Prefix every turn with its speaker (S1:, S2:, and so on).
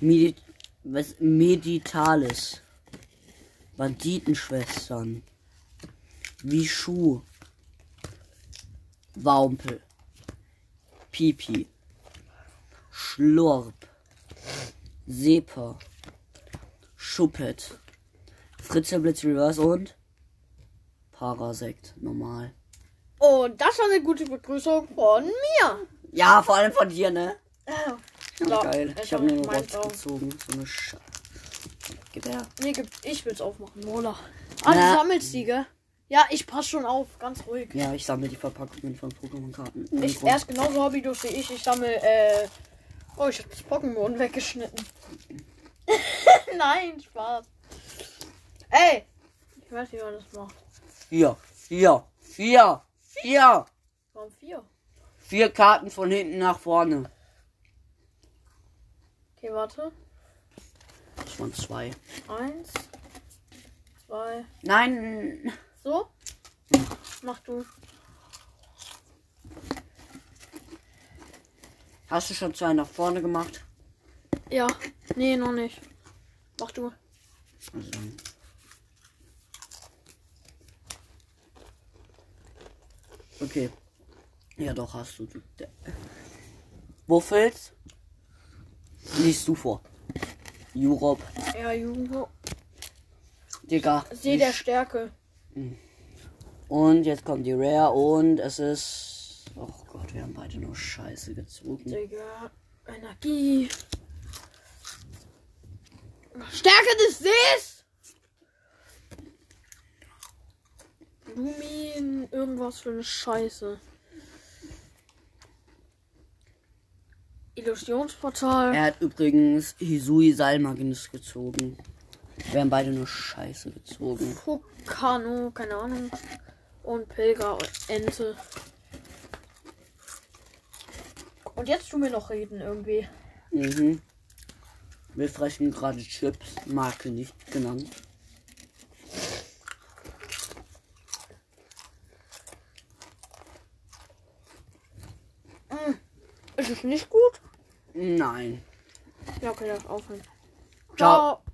S1: Medi was? Meditales. Banditenschwestern. Wie Schuh. Wampel. Pipi. Schlurp. Sepa. Schuppet. Fritze Blitz Reverse und Parasekt. Normal.
S2: Und das war eine gute Begrüßung von mir.
S1: Ja, vor allem von dir, ne?
S2: So,
S1: Geil.
S2: jetzt
S1: Ich habe
S2: hab
S1: mir
S2: ich
S1: einen
S2: meinen
S1: Rotz
S2: Daumen.
S1: gezogen. So eine Sch Gib her.
S2: Nee, gib- ich will's aufmachen, Mola. Ah, du
S1: Na.
S2: sammelst die, gell? Ja, ich pass schon auf, ganz ruhig.
S1: Ja, ich sammle die Verpackungen von Pokémon-Karten. Im
S2: Ich,
S1: Grund-
S2: er ist genauso hobbylos wie ich. Ich sammel, äh. Oh, ich hab das Pokémon weggeschnitten. Nein, Spaß. Ey! Ich weiß nicht, wie man das macht.
S1: Vier, vier, vier, vier.
S2: Warum vier?
S1: Vier Karten von hinten nach vorne.
S2: Okay, warte.
S1: Das waren zwei.
S2: Eins. Zwei.
S1: Nein.
S2: So? Mach du.
S1: Hast du schon zwei nach vorne gemacht?
S2: Ja. Nee, noch nicht. Mach du.
S1: Okay. Ja, doch, hast du. Der- Wuffels. Liest du vor. Europe.
S2: Ja, Jugo.
S1: Digga.
S2: See der Stärke.
S1: Und jetzt kommt die Rare und es ist. Oh Gott, wir haben beide nur Scheiße gezogen.
S2: Digga. Energie. Stärke des Sees! Lumin, irgendwas für eine Scheiße. Illusionsportal.
S1: Er hat übrigens Hisui Salmagnus gezogen. Wir haben beide nur Scheiße gezogen.
S2: Pokano, keine Ahnung. Und Pilger und Ente. Und jetzt tu mir noch reden irgendwie.
S1: Mhm. Wir fressen gerade Chips, Marke nicht genannt.
S2: Ist es nicht gut?
S1: Nein.
S2: Ja, okay, das aufhören.
S1: Ciao.
S2: Ciao.